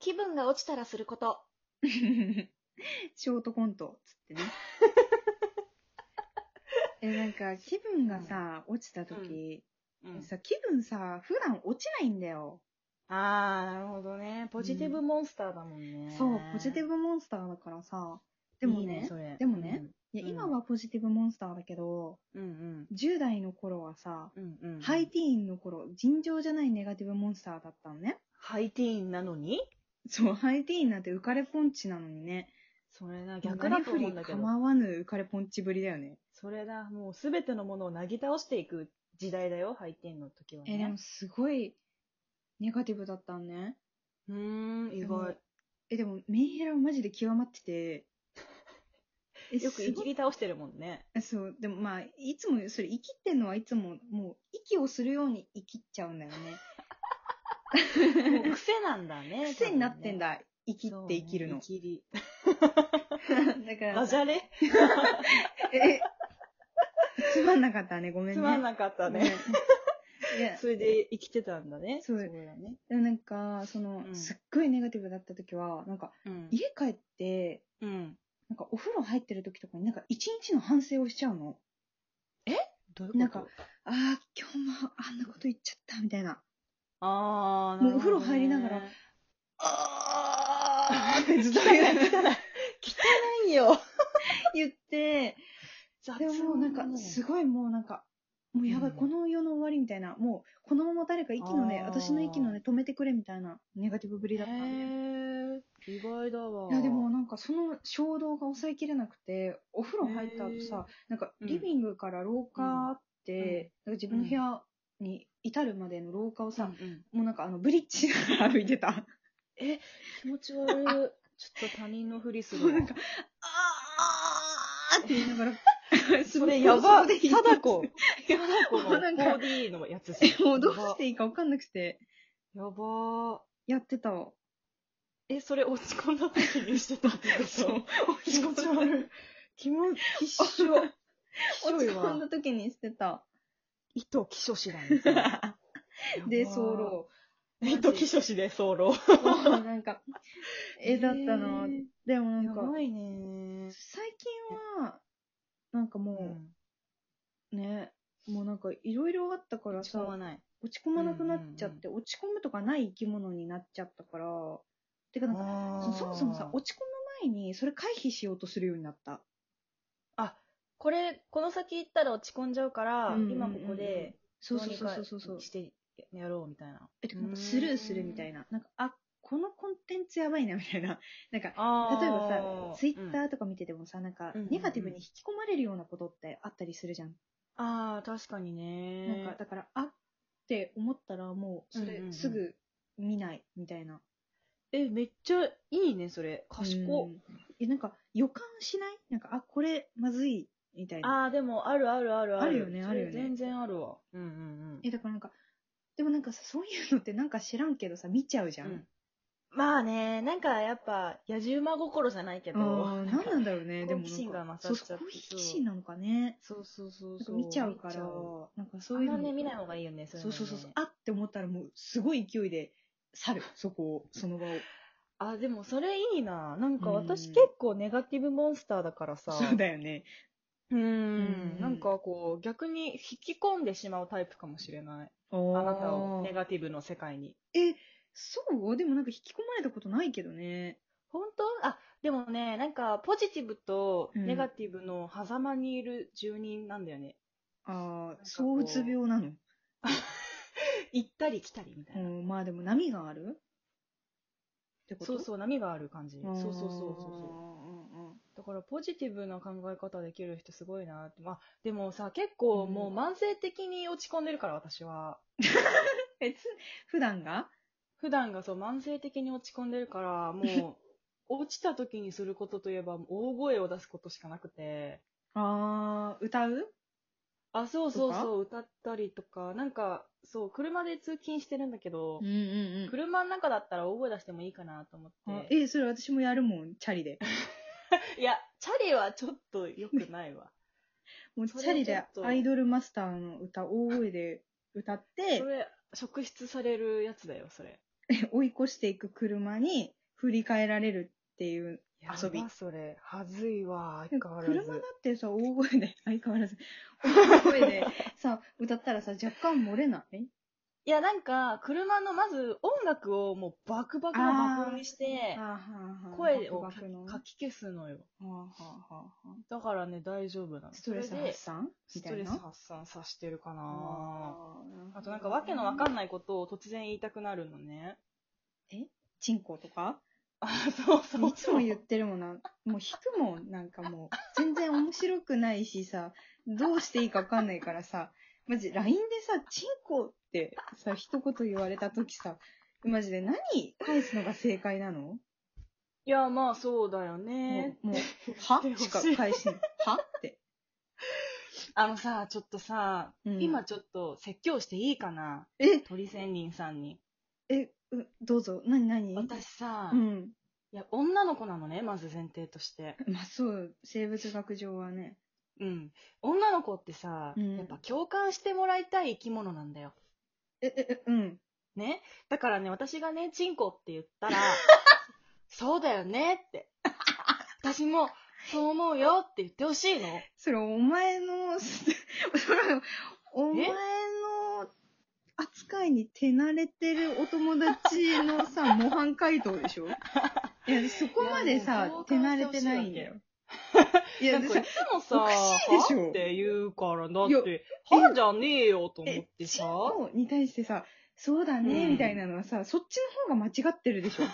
気分が落ちたらすること。 ショートコント、つ ってね。え、なんか、気分がさ、落ちた時、うん、さ、気分さ、普段落ちないんだよ。あー、なるほどね。ポジティブモンスターだもんね。そう、ポジティブモンスターだからさ、でもね、いいそれでもね、いやうん今はポジティブモンスターだけど、うんうん。 10代の頃はさ、うんうん。ハイティーンの頃、尋常じゃないネガティブモンスターだったのね。ハイティーンなのにそう、ハイティーンなんて浮かれポンチなのにね。それな、逆だと思うんだけなどりふ。り構わぬ浮かれポンチぶりだよね。それだ、もうすべてのものをなぎ倒していく時代だよ、ハイティーンの時はね。え、でもすごい、ネガティブだったんね。うーん、意外。え、でもメンヘラはマジで極まっ てて。えよくすいごきり倒してるもんね。いそう、でもまあ、いつも、それ、生きってんのはいつも、もう、息をするように生きっちゃうんだよね。もう癖なんだ ね。癖になってん多だ、生きっ分ね。て生きるの。そうねイキリ だから、ダジャレえ、つまんなかったね、ごめんね。つまんなかったね。うん。いや、それで生きてたんだね。そうだね。でもなんか、その、うんすっごいネガティブだった時は、なんか、うん家帰って、うん。なんかお風呂入ってる時とかになんか一日の反省をしちゃうの。どういうことなんか、ああ、今日もあんなこと言っちゃった、みたいな。あー、もうお風呂入りながらなるあほどね。 ずっと汚い、汚い。汚いよ。 言って、雑でももうなんか、すごいもうなんか、もうやばい、うんこの世の終わりみたいな、もう、このまま誰か息のね、あー私の息のね、止めてくれみたいな、ネガティブぶりだったんで。へー意外だわ。いやでも、なんかその衝動が抑えきれなくてお風呂入った後さなんかうんリビングから廊下あって、なんか自分の部屋に至るまでの廊下をうんうさ、んもうなんかあのブリッジしながら 歩いてたえ、気持ち悪い。ちょっと他人のふりするわなんかあーって言いなが らそれやば。貞貞 子。いや貞子のもうなんか 4D のやつもうどうしていいか分かんなくてやばー。やってたわえ、それ落ち込んだ時にしてたってこと そう気持ち悪い。気持ち、きっしょ。落きっちしょい込わんだ。時にし てた糸きしょしだねそれ。でやばー候糸きしょしで候。もう なんかえだったな、えーでもなんやかばいね最近は、なんかもう、ね、もうなんかいろいろあったから落ち込まさ、ない。落ち込まなくなっちゃって、落ち込むとかない生き物になっちゃったから、てかなんか、あーそもそもさ、落ち込む前にそれ回避しようとするようになった。これ、この先行ったら落ち込んじゃうから、うんうんうん今ここで、そうそうそうそうそどうにか。してやろうみたいな。え、てかなんかスルーするみたいな。なんか、あ、このコンテンツやばいな、みたいな。 なんか、あ例えばさ、ツイッター。ーとか見ててもさ、なんかうんうんう、んネガティブに引き込まれるようなことってあったりするじゃん。ああ、確かにね。なんか、だから、あって思ったら、もう、そうんうんうれ、んすぐ見ない、みたいな。え、めっちゃいいね、それ。賢うっ。んえ、なんか、予感しないなんか、あ、これ、まずい、みたいあな。あ、でも、あるあるあるあるよねあるよねそれ全然あるわ。うんうんうん。え、だからなんか、でもなんかさ、そういうのってなんか知らんけどさ、見ちゃうじゃん。うんまあね、なんかやっぱ、野じ馬心じゃないけど、ああ、なんかなんだろうね。でもな好んか、奇心がそ勝うっちそゃっう、て好奇心なのかね。そうそうそうなんそかう。見ちゃうから、そなんかそうういうあの。んまね、見ない方がいいよね、そういそうそうそうのそうね。あって思ったらもう、すごい勢いで、去る、そこを、その場を。あ、でもそれいいな。なんか私うん結構ネガティブモンスターだからさ。そうだよね。うーうんん。なんかこう、逆に引き込んでしまうタイプかもしれない。ああなたをーネガティブの世界に。え、そうでもなんか引き込まれたことないけどね。本当あ、でもね、なんかポジティブとうんネガティブの狭間にいる住人なんだよね。ああ、かこそううつ病なの。行ったり来たりみたいな。うん、まあでも波があるってことそうそう、波がある感じ。そうそうそうそうそう。そだからポジティブな考え方できる人すごいなって。まあ、でもさ、結構もう慢性的に落ち込んでるから、私は。う。え、つ、普段が普段がそう慢性的に落ち込んでるから、も う、落ちた時にすることといえば、大声を出すことしかなくて。ああ、歌うあ、そうそうそう、歌ったりとか、なんか、そう、車で通勤してるんだけど、んうん車の中だったら大声出してもいいかなと思あって。え、それ私もやるもん、チャ リで。いや、チャリはちょっと良くないわ。もうチそれャリでちょっとアイドルマスターの歌、大声で歌っ てそ、れ、職質されるやつだよ、それ。追い越していく車に振り返られるっていう。や遊びばそれ。はずいわ。相変わらず。車だってさ、大声で、 相変わ らず、大声でさ、歌ったらさ、若干漏れないいや、なんか、車のまず音楽をもうバクバクの爆音にして、はあはあ声をバクバクのかき消すのよ。はあはあはあはだからね、大丈夫なの。あストレスそれで発散みスたトいレスな。発散さしてるかなあーあとなんかわけのわかい。んないことを突然言いたくなるのね。チンコとかあ、 そうそうそう。いつも言ってるもんな。もう引くもん、なんかもう。全然面白くないしさ、どうしていいかわかんないからさ、マジ LINE でさ、チンコってさ、一言言われた時さ、マジで何返すのが正解なのいや、まあそうだよね。もう、もうはしか返しない。はって。あのさ、ちょっとさ、うん今ちょっと説教していいかなえ、鳥仙人さんに。え、うどうぞ、なになに私さ、うん。いや、女の子なのね、まず前提として。まあそう、生物学上はね。うん。女の子ってさ、うんやっぱ共感してもらいたい生き物なんだよ。え、え、え、うん。ね。だからね、私がね、チンコって言った ら、そうだよねって。私も、そう思うよって言ってほしいの。それ、お前の、 それ、お前の扱いに手慣れてるお友達のさ、模範解答で しょいや、そこまでいやさもう、手慣れてないん だよ。いなや、でんかさい、つもさ、おかしいでしょはって言うから、だっいやて、はじゃねえよと思ってチさン。コに対してさ、そうだね、うんみたいなのはさ、そっちの方が間違ってる でしょ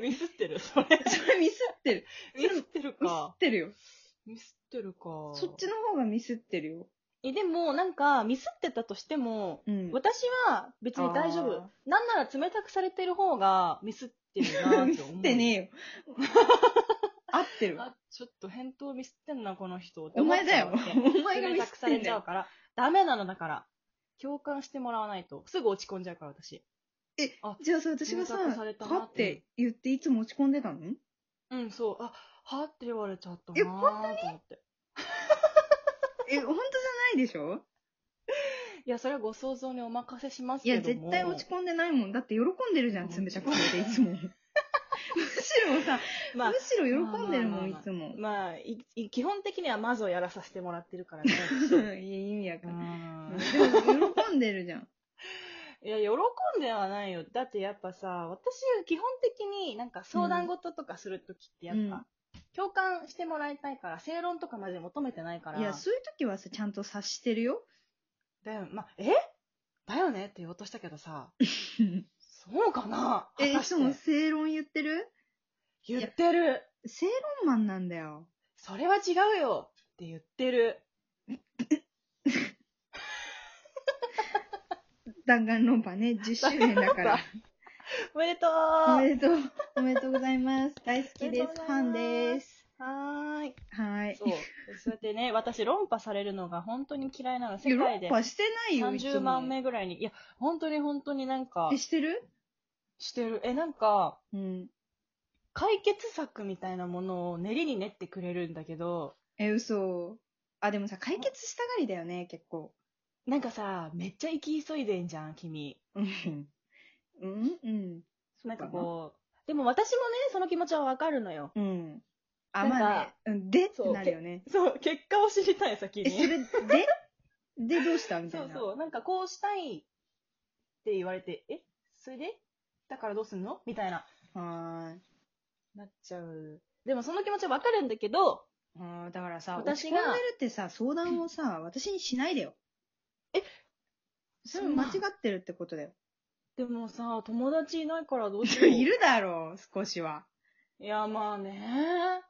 ミスってる、それ。それミスってる。 ミスってるミスっか。てるよ。ミスってるか。そっちの方がミスってるよ。え、でも、なんか、ミスってたとしても、うん。私は別に大丈あ夫。なんなら冷たくされてる方が ミスってるなって思う。ミスってねえよ。合ってるわ。あ、ちょっと返答ミスってんな、この人。お前だよ。って思っおちゃうわ前けが冷ミたスくっさてれんちだゃうよ。から。ダメなのだから。共感してもらわないと。すぐ落ち込んじゃうから、私。 じゃあさ、私がさ、冷たくされたなはって言っていつも落ち込んでたのうん、そう。あ、はって言われちゃったなえーと思って。え、本当じゃないでしょいや、それはご想像にお任せしますいけや、ども。絶対落ち込んでないもん。だって喜んでるじゃん、うんつめちゃくされて、いつも。むしろさ、まあ む、しろ喜んでるもん、いまあつも。まあ、いい基本的にはまずをやらさせてもらってるからね。 いや、意味わうかんない。んでも、喜んでるじゃん。いや、喜んではないよ。だってやっぱさ、私は基本的になんか相談事とかするときってやっぱ、うん共感してもらいたいから、正論とかまで求めてないから。いや、そういう時はさ、ちゃんと察してる よ。だよ、まあ、えだよねって言おうとしたけどさ、そうかなえ、い果たしつても正論言ってる言ってる。正論マンなんだよ。それは違うよって言ってる。弾丸論破ね、10周年だから。おめでとうおはめでとう、おめでとうございます。大好きです。ファンです。ーい。はいそ。う。そうやって ね、私論破されるのが本当に嫌いなの。いや世界で論破してないよ、いつも30万目ぐらいに。いや、本当に本当になんかえ、してるしてる。え、なんか、うん。解決策みたいなものを練りに練ってくれるんだけど、え、嘘。あ、でもさ、解決したがりだよね、結構。なんかさ、めっちゃ生き急いでんじゃん、君。うん。うんうん。なんかこう。でも私もね、その気持ちはわかるのよ。う。うん。あ、なんかまあね。うん、でってそうなるよね。そう、結果を知りたい、先え、に。それ、でで、どうしたみたいそうな。そう、なんかこうしたいって言われて、えそれでだからどうすんのみたいな、はーい。なっちゃう。でもその気持ちはわかるんだけど、あーだからさ、私私がが落ち込んでるってさ、相談をさ、私にしないでよ。えそれ間違ってるってことだよ。でもさ、友達いないからどうしよう。 いるだろう、少しは。いや、まあね。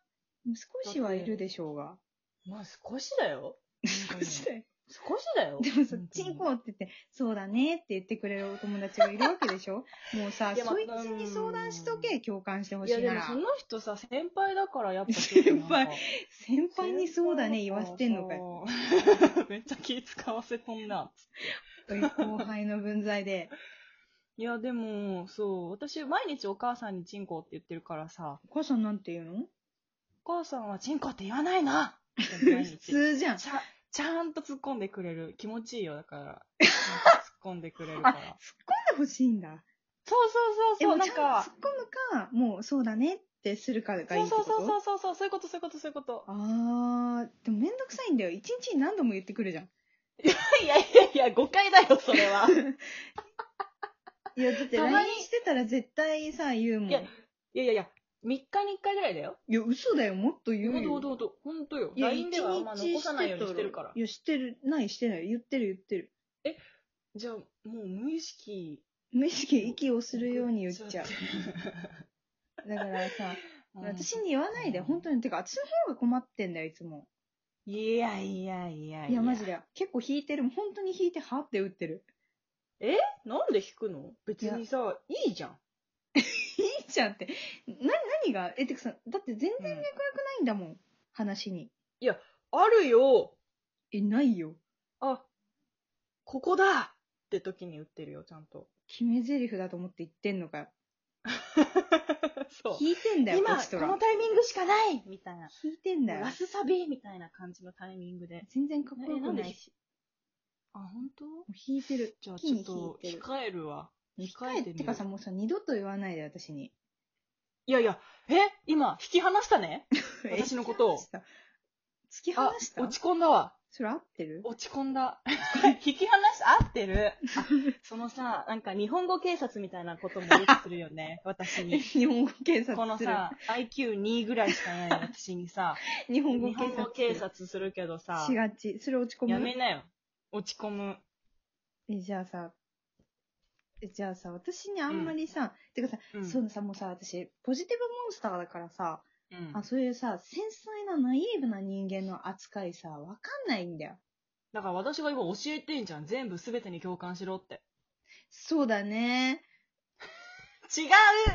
少しはいるでしょうが。まあ少しだよ。少しだよ。少しだよ。 でも本、当さにチンコって言って、そうだねって言ってくれるお友達がいるわけでしょもうさ、いやまあそいつに相談しとけ、共感してほいしや、いでなもらそ。の人さ、先輩だからやっぱちょっとなんか。先輩先輩にそうだね言わせて んのかよ。そう めっちゃ気使わせとんな。後輩の分際で。いや、でも、そう、私、毎日お母さんにチンコって言ってるからさ、お母さんなんて言うのお母さんはチンコって言わない なって毎普日通じゃん。ちゃちゃんと突っ込んでくれる。気持ちいいよ、だから。ちゃんと突っ込んでくれるかあ、突っら。込んでほしいんだ。そうそうえ、そうそもう、うなちんゃんと突っか、込むか、もうそうだねってするかがいいってそうことそうそうそうそう、そういうこと、そういうこと、そういうこと。あー、でもめんどくさいんだよ。一日に何度も言ってくるじゃん。いやいやいや、誤解だよ、それ は。いや、だってた LINE まにしてたら絶対さ、言うもん。いやいやいやいや、3日に1回ぐらいだよ。いや、嘘だよ、もっと言うほよ。んとほんとほんと、ほんとよ。いや LINE ではあんま一日残さないようにしてるからい。や、してる、ない、してない。言ってる、言ってる。じゃあ、もう無意識。無意識、息をするように言っちゃ送っう。だからさ、 うん私に言わないで、本当に。てか、私の方が困ってんだよ、いつも。いやいやいやいや、マジ。で。結構引いてる。本当に引いて、はって打ってる。なんで弾くの別にさ、いいじゃん。いいじゃんって。な、何が、え、てかさ、だって全然脈絡ないんだもん。話に。あるよえ、ないよ。あ、ここだって時に打ってるよ、ちゃん と。決め台詞だと思って言ってんのかよ。そう。引いてんだよ、今、こっちとこらのタイミングしかないみたいな。引いてんだよラ。スサビみたいな感じのタイミングで。全然かっこよえなくんでないし。あ、本当？もう引いてる。じゃあ一ち気ょにっと引いてる。控えるわ。控えってかさ、もうさ、二度と言わないで、私に。いやいや、え今、引き離したね 私のことを突き放した落ち込んだわ。それ合ってる落ち込んだ。 引き離した合ってる。あそのさ、なんか日本語警察みたいなこともよくするよね、私に。 日本語警察する。このさ、IQ2 ぐらいしかない私にさ、日本日語本警察。語警察するけどさし、がち。それ落ち込むやめなよ。落ち込む。え、じゃあさ、えじゃあさ、私にあんまりさ、てかさ、うんそうさ、もうさ、私、ポジティブモンスターだからさ、うんあ、そういうさ、繊細なナイーブな人間の扱いさ、わかんないんだよ。だから私が今教えてんじゃん。全部すべてに共感しろって。そうだね。違う